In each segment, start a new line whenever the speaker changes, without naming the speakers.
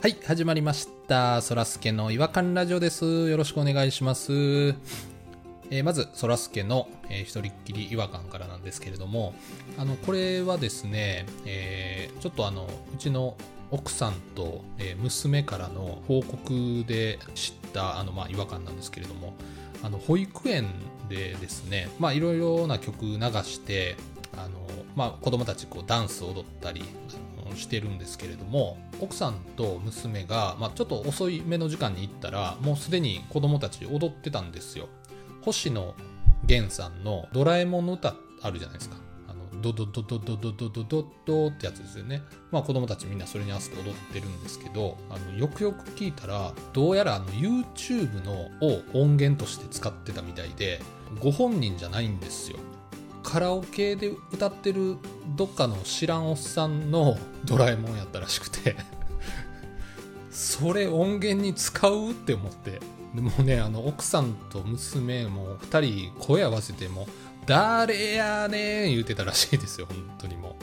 はい、始まりました。そらすけの違和感ラジオです。よろしくお願いします。えーまず、そらすけの、えー一人っきり違和感からなんですけれども、あの、これはですね、えーちょっとあの、うちの奥さんと、えー娘からの報告で知った、あの、まあ、違和感なんですけれども、あの、保育園でですね、まあ、いろいろな曲流して、あの、まあ、子供たちこうダンス踊ったり、してるんですけれども奥さんと娘が、まあ、ちょっと遅い目の時間に行ったらもうすでに子供たち踊ってたんですよ星野源さんの「ドラえもんの歌」あるじゃないですかあのドドドドドドドドドドってやつですよねまあ子供たちみんなそれに合わせて踊ってるんですけどあのよくよく聞いたらどうやらあの YouTube のを音源として使ってたみたいでご本人じゃないんですよカラオケで歌ってるどっかの知らんおっさんのドラえもんやったらしくてそれ音源に使うって思ってでもうねあの奥さんと娘も2人声合わせても「誰やねん」言うてたらしいですよ本当にも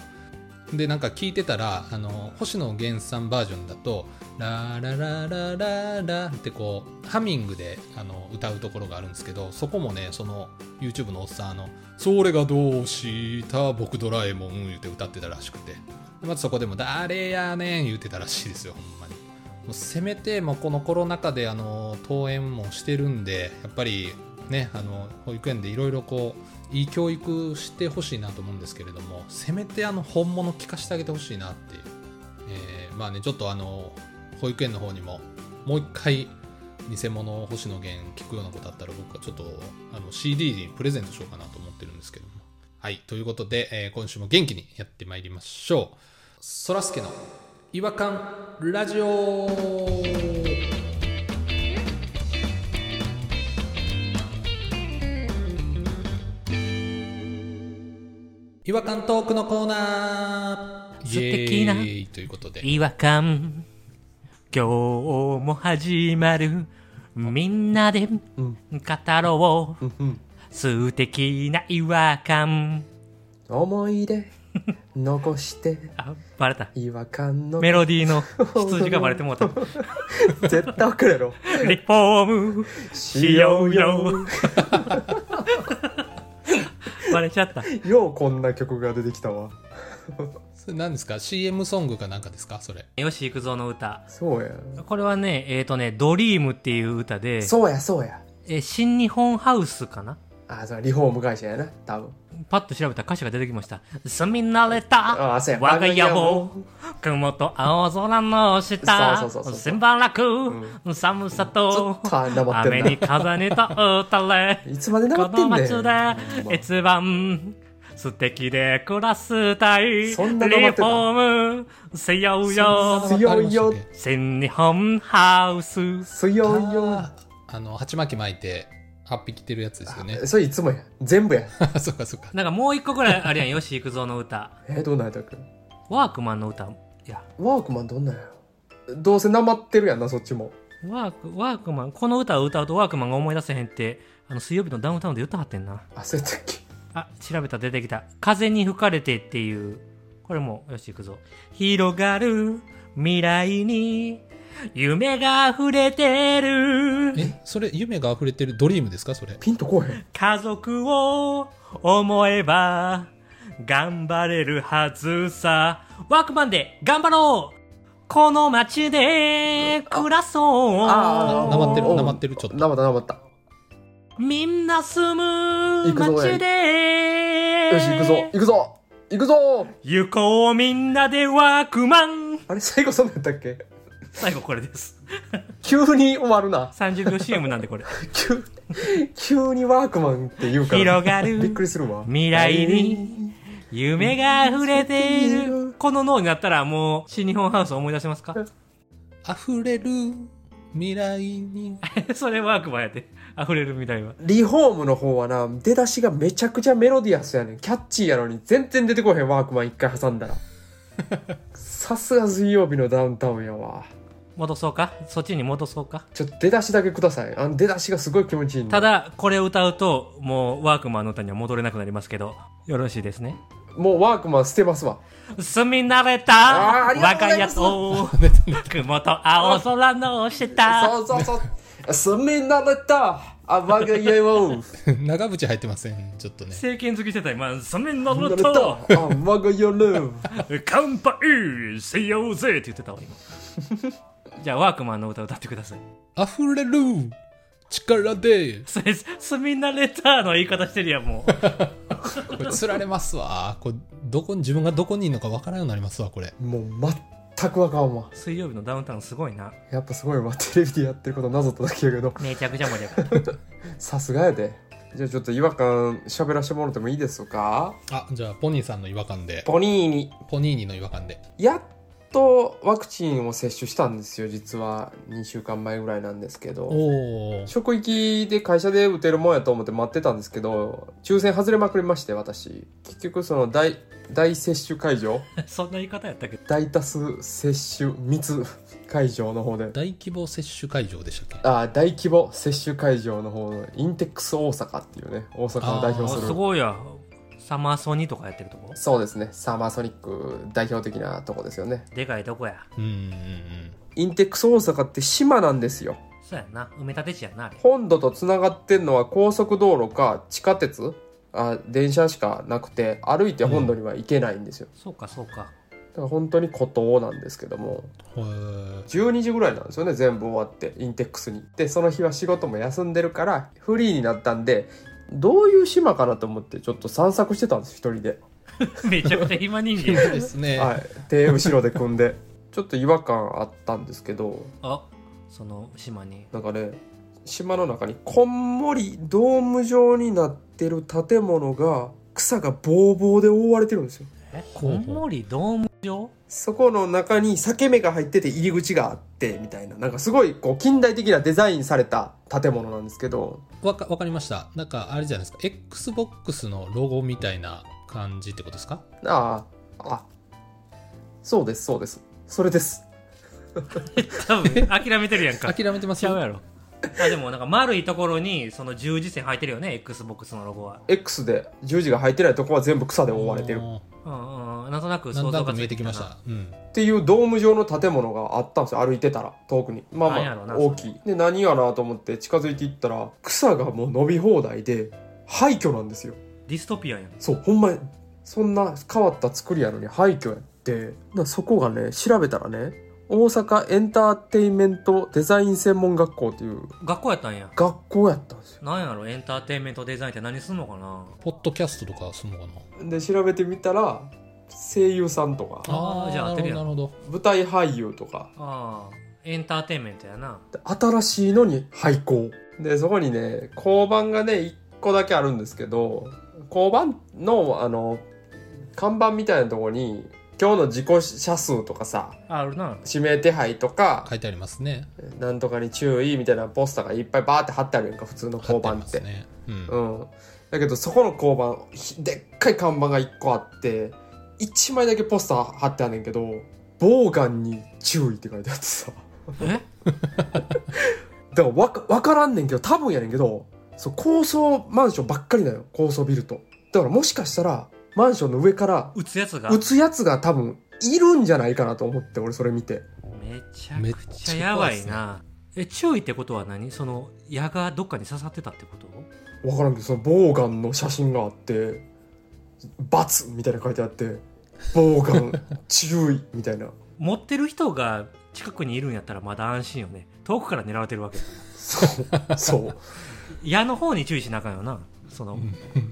うでなんか聞いてたらあの星野源さんバージョンだと「ララララララ」ってこうハミングであの歌うところがあるんですけどそこもねその YouTube のおっさんあのそれがどうした僕ドラえもん言うて歌ってたらしくてでまずそこでも「誰やねん」言うてたらしいですよほんまにもうせめてもうこのコロナ禍であの登園もしてるんでやっぱりねあの保育園でいろいろこういい教育してほしいなと思うんですけれどもせめてあの本物聞かせてあげてほしいなっていう、えーまあねちょっとあの保育園の方にももう一回偽物を星野源聞くようなことあったら僕はちょっとあの CD にプレゼントしようかなと思ってるんですけども。はい。ということで、えー今週も元気にやってまいりましょう。そらすけの違和感ラジオ違和感トークのコーナー
素敵な
イエーイということで。
違和感今日も始まるみんなで語ろう素敵な違和感
思い出残して
あバレた
違和感の
メロディーの羊がバレてもうた
絶対送れろ
リフォームしようよバレちゃった
ようこんな曲が出てきたわ
それ何ですか ?CM ソングかなんかですかそれ。
吉幾三の歌
そうや
これはねえっ、とね「ドリームっていう歌で
そうやそうや
えー新日本ハウスかな
あそうリフォーム会社やな多分
パッと調べたら歌詞が出てきました。住み慣れた
ああそうや
我が家も
我が家も
雲と青空の下
そうそうそうそう
しばらく、寒さと
ずっとあんなまってんな
雨に風にと打たれ
いつまで
こ
なって
の
んねん
街
ほん
で
ま
一番素敵で暮らしたいリフ
そん
ォ
な黙ってた
ームせようよ
強いよ
新日本ハウス
強いよ
あーあの、鉢巻き巻いて、8匹てるやつですよね。
それいつもや全部や
そうかそうか。
なんかもう一個ぐらいあるやん、吉幾三の歌。
えーどうなんやったっけ
ワークマンの歌。いや、
ワークマンどんなんやどうせなまってるやんなそっちも
ワーク、ワークマン、この歌を歌うとワークマンが思い出せへんって、あの、水曜日のダウンタウンで歌はってんな。
あそうやったっけ
あ、調べたら出てきた。風に吹かれてっていう。これも、よし、行くぞ。広がる未来に、夢が溢れてる。
え、それ、夢が溢れてるドリームですかそれ。
ピンとこうへん
家族を思えば、頑張れるはずさ。ワークマンで頑張ろうこの街で暮らそう。
あ
なまって
お
る、
う
なまってる、ちょっと。
なまったなまった
みんな住む街で
よし行くぞ行くぞ行くぞ
行こうみんなでワークマン
あれ最後そんなんやったっけ
最後これです。
急に終わるな
30秒 CM なんでこ れ。
急急にワークマンって言うから
広が
びっ
る
くりするわ
未来に夢が溢れている。この脳になったらもう新日本ハウス思い出します か
溢れる未来に。
それワークマンやで。溢れる未来は。
リフォームの方はな出だしがめちゃくちゃメロディアスやねんキャッチーやのに全然出てこへんワークマン一回挟 んだらさすが水曜日のダウンタウンやわ
戻そうかそっちに戻そうか
ちょっと出だしだけくださいあの出だしがすごい気持ちいいんで
ただ、これを歌うともうワークマンの歌には戻れなくなりますけど、よろしいですね。
もうワークマン捨てますわ。
住み慣れ
あー
た
ありが
我
とうご
が
ざ
家
います
と 雲と青空の下
そうそうそう。住み慣れた、あ、我が家 を。
長渕入ってませんちょっとね
政権好き世代まあ住み慣
慣
れ
れた、
た
あ、我が家の。
乾杯しようぜって言ってたわ今 じゃあワークマンの歌歌ってください
溢れる力で
それ住み慣れたの言い方してるやんもう
これ釣られますわこれどこに自分がどこにいるのかわからんようになりますわこれ
もう全くわかんわ。
水曜日のダウンタウンすごいな
やっぱすごいわ。テレビでやってること謎とだけやけど。
めちゃくちゃ盛り上がる
さすがやで。じゃあちょっと違和感喋らせてもらってもいいですか
あじゃあポニーさんの違和感で
ポニーに。
ポニーニの違和感で
やっとワクチンを接種したんですよ。実は2週間前ぐらいなんですけど。
おお
職域で会社で打てるもんやと思って待ってたんですけど、抽選外れまくりまして、私。結局その大、大接種会場
そんな言い方やったっけど
大多数接種密会場の方で。
大規模接種会場でしたっけ
あー大規模接種会場の方のインテックス大阪っていうね大阪を代
どう
あ
表す
す
る
ごいやサマーソニーとかやってるとこ
そうですねサマーソニック代表的なとこですよね
でかいとこや
うんうんうん
インテックス大阪って島なんですよ
そうやんな埋め立て地やんなあれ
本土とつながってんのは高速道路か地下鉄あ電車しかなくて歩いて本土には行けないんですよ、
そうかそう か
だから本当に孤島なんですけども
へー
12時ぐらいなんですよね全部終わってインテックスにでその日は仕事も休んでるからフリーになったんでどういう島かなと思ってちょっと散策してたんです一人で
めちゃくちゃ暇人間
そうですね、
はい、手後ろで組んでちょっと違和感あったんですけど
あその島に
なんかね島の中にこんもりドーム状になってる建物が草がボーボーで覆われてるんですよ
えこんもりドーム状
そこの中に裂け目が入ってて入り口があってみたいななんかすごいこう近代的なデザインされた建物なんですけど
わかわかりましたなんかあれじゃないですか XBOX のロゴみたいな感じってことですか
あああそうですそうですそれです
多分諦めてるやんか
諦めてます
ちゃうやろあでもなんか丸いところにその十字線入ってるよね XBOX のロゴは
X で十字が入ってないとこは全部草で覆われてる
お
うんうんなんとなく
ーな
想
んと
像
な
が
く
つ
見え
い
て
て
きましたうん
っていうドーム状の建物があったんですよ歩いてたら遠くにまあ
なんやろ
ま
な
あ大きいで何やなと思って近づいていったら草がもう伸び放題で廃墟なんですよ
ディストピアやん
そうほんまにそんな変わった作りやのに廃墟やってなそこがね調べたらね大阪エンターテインメントデザイン専門学校っていう
学校やったんや
学校やったんですよ
なんやろエンターテインメントデザインって何すんのかな
ポッドキャストとかすんのかな
で調べてみたら声優さんとか
あーじゃあ合ってるやん
なるほど
舞台俳優とか
ああエンターテインメントやな
で新しいのに廃校でそこにね交番がね1個だけあるんですけど交番のあの看板みたいなとこに今日の事故者数とかさ
ああるな
指名手配とか
書いてありますね
なんとかに注意みたいなポスターがいっぱいバーって貼ってあるやんか普通の交番って
貼ありますねうん
うんだけどそこの交番ひでっかい看板が1個あって1枚だけポスター貼ってあんねんけど「ボーガンに注意」って書いてあってさ
え
だからわかわからんねんけど多分やねんけどそう高層マンションばっかりだよ高層ビルとだからもしかしたらマンションの上から
打つやつが
撃つやつが多分いるんじゃないかなと思って俺それ見て
めちゃくちゃやばいなえ注意ってことは何その矢がどっかに刺さってたってこと
わからんけどそのボーガンの写真があって「×」みたいなの書いてあって「ボーガン注意」みたいな
持ってる人が近くにいるんやったらまだ安心よね遠くから狙われてるわけだから
そうそ
矢の方に注意しなあかんよなその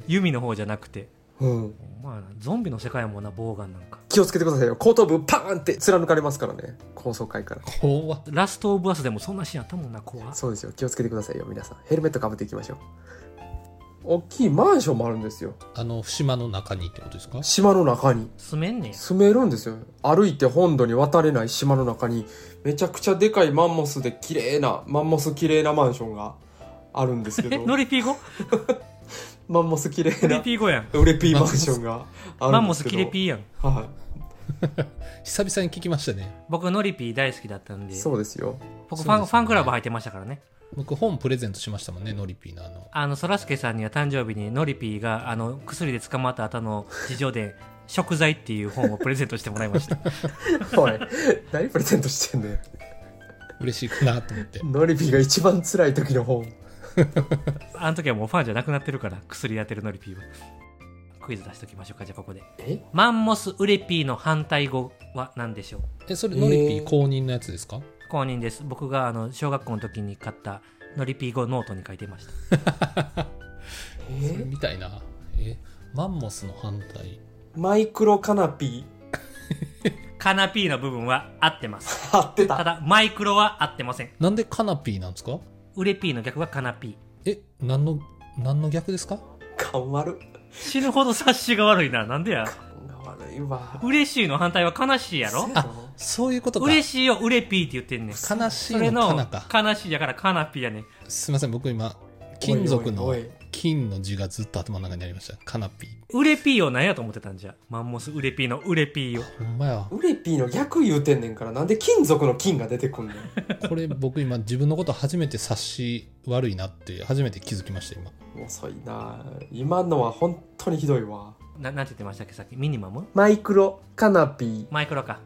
弓の方じゃなくて
う、うん、
まあゾンビの世界もんなボウガンなんか
気をつけてくださいよ後頭部パーンって貫かれますからね高層階から
怖っ
ラストオブアスでもそんなシーンあったもんな怖
そうですよ気をつけてくださいよ皆さんヘルメットかぶっていきましょう大きいマンションもあるんですよ
あの島の中にってことですか
島の中に
住めんねや
住めるんですよ歩いて本土に渡れない島の中にめちゃくちゃでかいマンモスで綺麗なマンモス綺麗なマンションがあるんですけ
え
ど
ノリピー語
マンモス綺麗
ノリ
な
ピー語やん
ウレピーマンションがあ
マ
る
ン
ん
モス
ですけ
キ
ど
レピーやん
は
久々に聞きましたね
僕ノリピー大好きだったん
い
で
そうですよ
そうです
僕ファン,、
ね
ファンクラブ入ってましたからね
僕本プレゼントしましたもんねノリピーのあの
あの、そらすけさんには誕生日にノリピーが、あの、薬で捕まった後の事情で、食材っていう本をプレゼントしてもらいました。
おい、何プレゼントしてんだよ。
嬉しいかなと思って
ノリピが一番辛い時の本。
あの時はもうファンじゃなくなってるから、薬やってるノリピーは。クイズ出しときましょうか、じゃあここで。
え
マンモスウレピーの反対語は何でしょう
えそれノリピー公認のやつですか
公認です。僕が、あの、小学校の時に買った、ノリピー語ノートに書いてました。
それみたいなえマンモスの反対
マイクロカナピ
カナピーの部分は合ってます。
ー。貼って
た。だ、マイクロは合ってません。
なんでカナピーなんですか
ウレピーの逆はカナピー。
え何の何の逆ですか
かん悪。
死ぬほど察しが悪いな。なんでや。
悪いわ。
嬉しいの反対は悲しいやろ
あ、
そういうことか
嬉しいをウレピーって言ってんねん。
悲し
そ
い
れ
のカ
の
ナか
悲しいやからカナピーやねん。
すいません僕今金属の
おいおいおい
金の字がずっと頭の中にありましたカナピー
ウレピーを何やと思ってたんじゃ。マンモスウレピーのウレピーを。
ほんまや
ウレピーの逆言うてんねんから、なんで金属の金が出てくんの
これ 僕今自分のこと初めて察し悪いなって初めて気づきました今
遅いな今のは本当にひどいわ。
な、なんて言ってましたっけさっき。ミニマム
マイクロカナピ
マイクロか。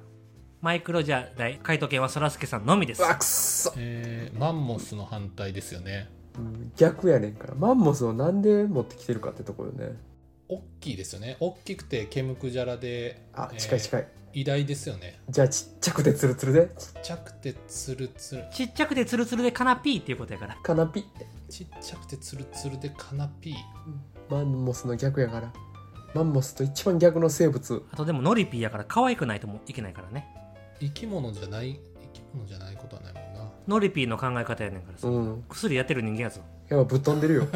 マイクロじゃない、回答権はそらすけさんのみで
ー。
す
う。わ、くっそ。
えー、マンモスの反対ですよね
うん逆やねんから。マンモスをなんで持ってきてるかってとこよね。
大きいですよね大きくて毛むくじゃらで
あ、近い近い。
偉大ですよね
じゃあちっちゃくてツルツルで。
ちっちゃくてツルツル
ちっちゃくてツルツルでカナピーっていうことやから。
カナピー。
ちっちゃくてツルツルでカナピー
マンモスの逆やから。マンモスと一番逆の生物。
あとでもノリピーやから可愛くないともいけないからね。
生き物じゃない生き物じゃないことはないもんな
ノリピーの考え方やねんからさ
う。ん。
薬やってる人間やぞ。
やばいぶっ飛んで るよ。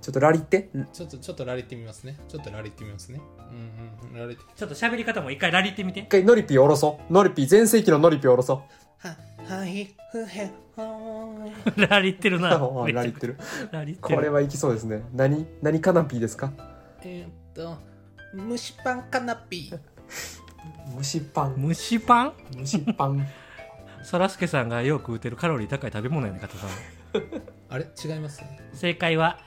ちょっとラリって。
ちょっとちょっとラリてみますねちょっとラリてみますねうんうんラリて
ちょっと喋り方も一回ラリってみて
一。回ノリピー下ろそう。ノリピー、全盛期のノリピー下ろそう。
ははいふへは
ラリってる な。
あラリってる。
ラリって
こ
る。
れはいきそうですね。何、何カナピーですか
えーっと蒸しパンカナピー
蒸しパン。
蒸しパン
蒸しパン。
そらすけさんがよく売ってるカロリー高い食べ物やねんかとさん。
あれ違います
正解は、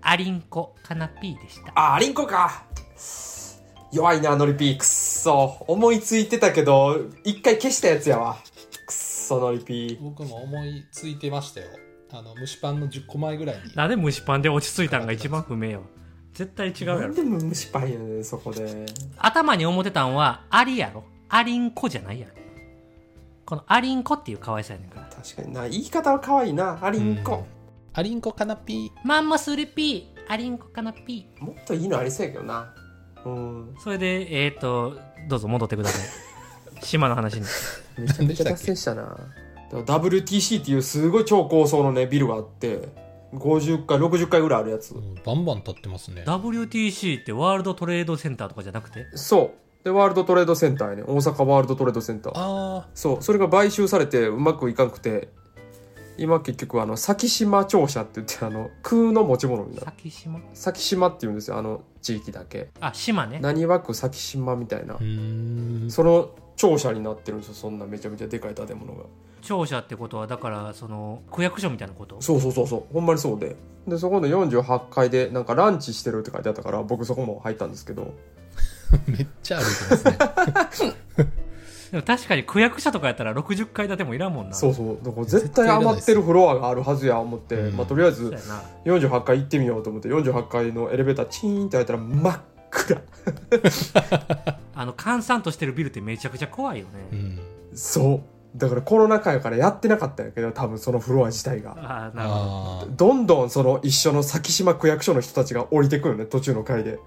アリンコカナピーでした。
あ、リンコか弱いな、ノリピー。くっそ。思いついてたけど、一回消したやつやわ。くっそ、ノリピ
僕も思いついてましたよあの蒸しパンの10個前ぐらいに
なんで蒸しパンで落ち着いたんが一番不明やわ。絶対違う
ー。な
やろ。
んで蒸しパンやねん、そこで。
頭に思ってたんは、アリやろ。アリンコじゃないやろ。このアリンコっていう可愛さやねんから。
確かにな、言い方は可愛いな、アリンコ。
アリンコカナピー
マンモスウレピー、アリンコカナピ
もっといいのありそうやけどな。うん
ー。。それで、えっ、ー、と、どうぞ戻ってくださ い。島の話に。
めちゃめちゃ脱線したな。だから WTC っていうすごい超高層のね、ビルがあって、50階、60階ぐらいあるやつ。
うんバンバン立ってますね
WTC ってワールドトレードセンターとかじゃなくて
そう。で、ワールドトレードセンターやね。大阪ワールドトレードセンター。
あ
そう。それが買収されてうまくいかなくて、今結局あの、先島庁舎って言って、あの、空の持ち物になる。
先島
先島って言うんですよ、あの地域だけ。
あ、島ね。
何枠先島みたいな
あう。ーん
その庁舎になってるんですよ、そんなめちゃめちゃでかい建物が。
庁舎ってことは、だから、その、区役所みたいなこと
そうそうそうそうほんまにそうででそこの48階でなんかランチしてるって書いてあったから僕そこも入ったんですけど
めっちゃ歩いて ますね
でも確かに区役所とかやったら60階建てもいらんもんな。
そう
う。
そうだから絶対余ってるフロアがあるはずや思って、
うん
まあ、とりあえ
そう
ず
やな。
48階行ってみようと思って48階のエレベーターチーンって入ったら真っ暗
あの、閑散としてるビルってめちゃくちゃ怖いよ
う
ね。
ん
そうだからコロナ禍やからやってなかったんやけど多分そのフロア自体が
ああ、なるほど。
あー
どんどんその一緒の先島区役所の人たちが降りてくるね途中の階で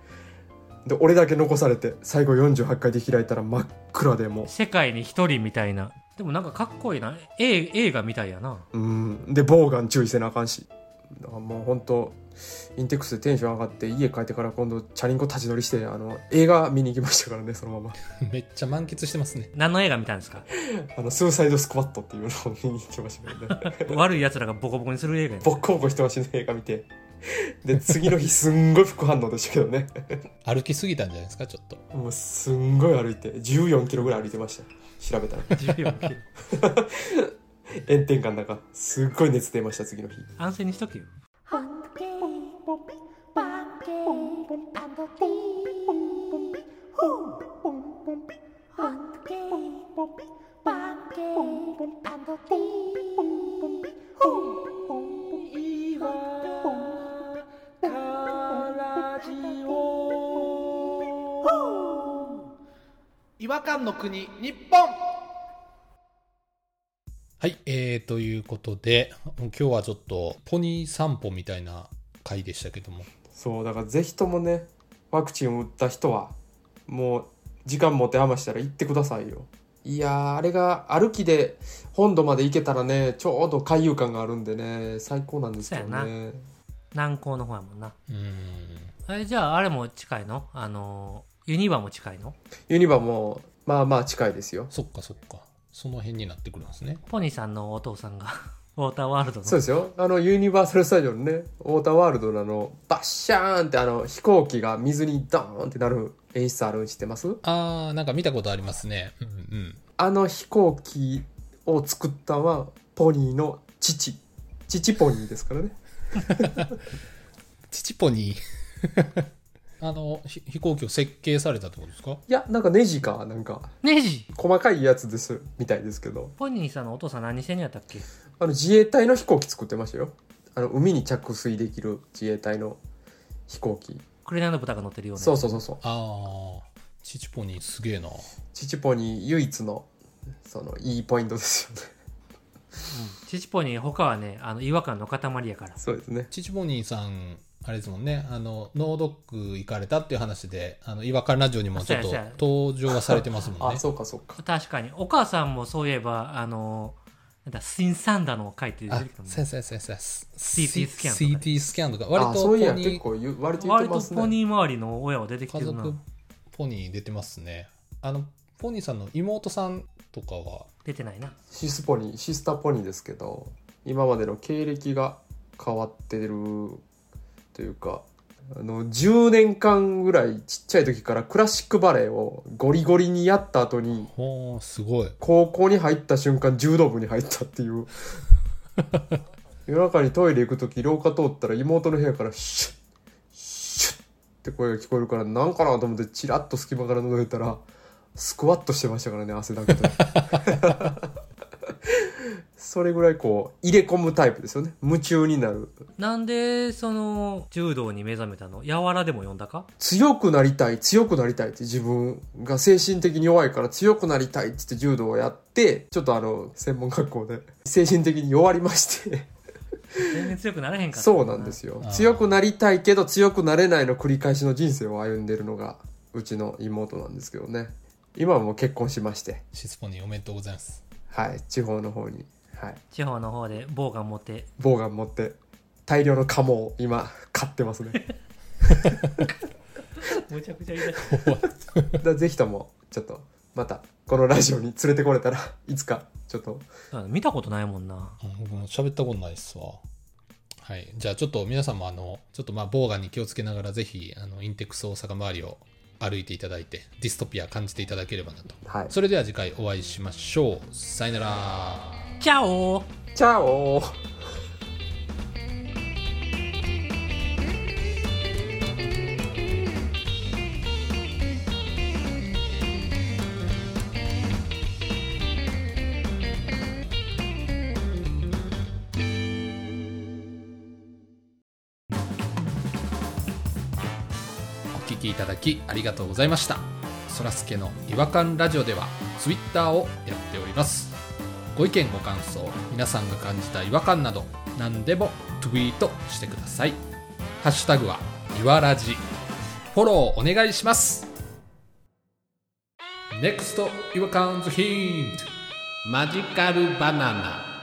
で俺だけ残されて最後48階で開いたら真っ暗でもう
世界に一人みたいな。でもなんかかっこいいな。映映画みたいやな。
うん、でボーガン注意せなあかんしだからもう本当インテックスでテンション上がって家帰ってから今度チャリンコ立ち乗りしてあの映画見に行きましたからねそのまま
めっちゃ満喫してますね
何の映画見たんですか
あのスーサイドスクワットっていうのを見に行きましたけどね
悪い奴らがボコボコにする映画やな
ボッコボコ人足の映画見てで次の日すんごい副反応でしたけどね
歩きすぎたんじゃないですかちょっと
もうすんごい歩いて1 4キロぐらい歩いてました調べたら
14キロ
炎天下の中、すっごい熱出ました、次の日。
安静にしとけよ
Hunky,
違和感の国日本
はい、えー、ということで、今日はちょっとポニー散歩みたいな回でしたけども、
そう、だからぜひともね、ワクチンを打った人は、もう、時間持て余したら行ってくださいよ。いやー、あれが歩きで本土まで行けたらね、ちょうど海遊感があるんでね、最高なんですけど
そう
ね。
南高の方やもんな
うーん、
えじゃああれも近いのあのユニバも近いの
ユニバも、まあまあ近いですよ。
そっかそっか、その辺になってくるんですね。
ポニーさんのお父さんがウォーターワールドの
そうですよ。あの、ユニバーサル・スタジオのね、ウォーターワールドのあの、バッシャーンってあの、飛行機が水にドーンってなる演出あるん知ってます
あー、なんか見たことありますね。うんうん。
あの飛行機を作ったのは、ポニーの父。父ポニーですからね。
父ポニー。 あの、ひ飛行機を設計されたってことですか
いや、なんかネジか、なんか、
ネジ
細かいやつです、みたいですけど。
ポニーさんのお父さん何してんのやったっけ
あの、自衛隊の飛行機作ってましたよ。あの、海に着水できる自衛隊の飛行機。
紅の豚が乗ってるような
そうそうそうそう。
あー、父ポニーすげえな。
父ポニー唯一の、その、いいポイントですよね。
チチポニー他はねあの違和感の塊やから
そうですね。
父ポニーさん、あれですもんね、あの、ノードック行かれたっていう話で、あの、違和感ラジオにもちょっ
そうやそうや
と登場はされてますもん
あ、
ね。
そうかそうか。
確かにお母さんもそういえばあのなんだスインサンダーの回って出
あ
てきた、もんね
先生先生
CT スキャンとかね
CT スキャンとか、割
あ、
と
そ
ポ
うい
ニ
や、結
ー、
構言う、割と言っ
割
てま
と
す
ポ
ね。
ニー周りの親は出てき
家
てるな
族ポニー出てますね。あの、ポニーさんの妹さんとかは、
出てないな
シスポニー、シスターポニーですけど、今までの経歴が変わってるというか、あの、10年間ぐらいちっちゃい時からクラシックバレエをゴリゴリにやった後に、
ほー、すごい。
高校に入った瞬間柔道部に入ったっていう夜中にトイレ行く時廊下通ったら妹の部屋からシュッシュッって声が聞こえるからなんかなと思ってチラッと隙間から覗いたらスクワットしてましたからね汗だくでそれぐらいこう入れ込むタイプですよね夢中になる
なんでその柔道に目覚めたのやわらでも呼んだか
強くなりたい強くなりたいって自分が精神的に弱いから強くなりたいって言って柔道をやってちょっとあの専門学校で精神的に弱りまして
全然強くなれへんかった
そうなんですよ
あー
強くなりたいけど強くなれないの繰り返しの人生を歩んでるのがうちの妹なんですけどね今はもう結婚しまして
シスポニーおめでとうございます。
はい地方の方にはい
地方の方で棒が持って
ボーガン持って大量の鴨を今買ってますね
むちゃくちゃ痛い
だからぜひともちょっとまたこのラジオに連れてこれたらいつかちょっと
見たことないもんな
あ僕も喋ったことないっすわ。はい。じゃあちょっと皆さんもあの、ちょっとまあ、ボーガンに気をつけながら、ぜひ、あの、インテックス大阪周りを歩いていただいて、ディストピア感じていただければなと。
はい
それでは次回お会いしましょう。さよなら。
チャオ
チャオ
お聞きいただきありがとうございましたそらすけの違和感ラジオではツイッターをやっておりますご意見ご感想皆さんが感じた違和感など何でもツイートしてくださいハッシュタグはいわらじフォローお願いします NEXT 違和感ズヒントマジカルバナナ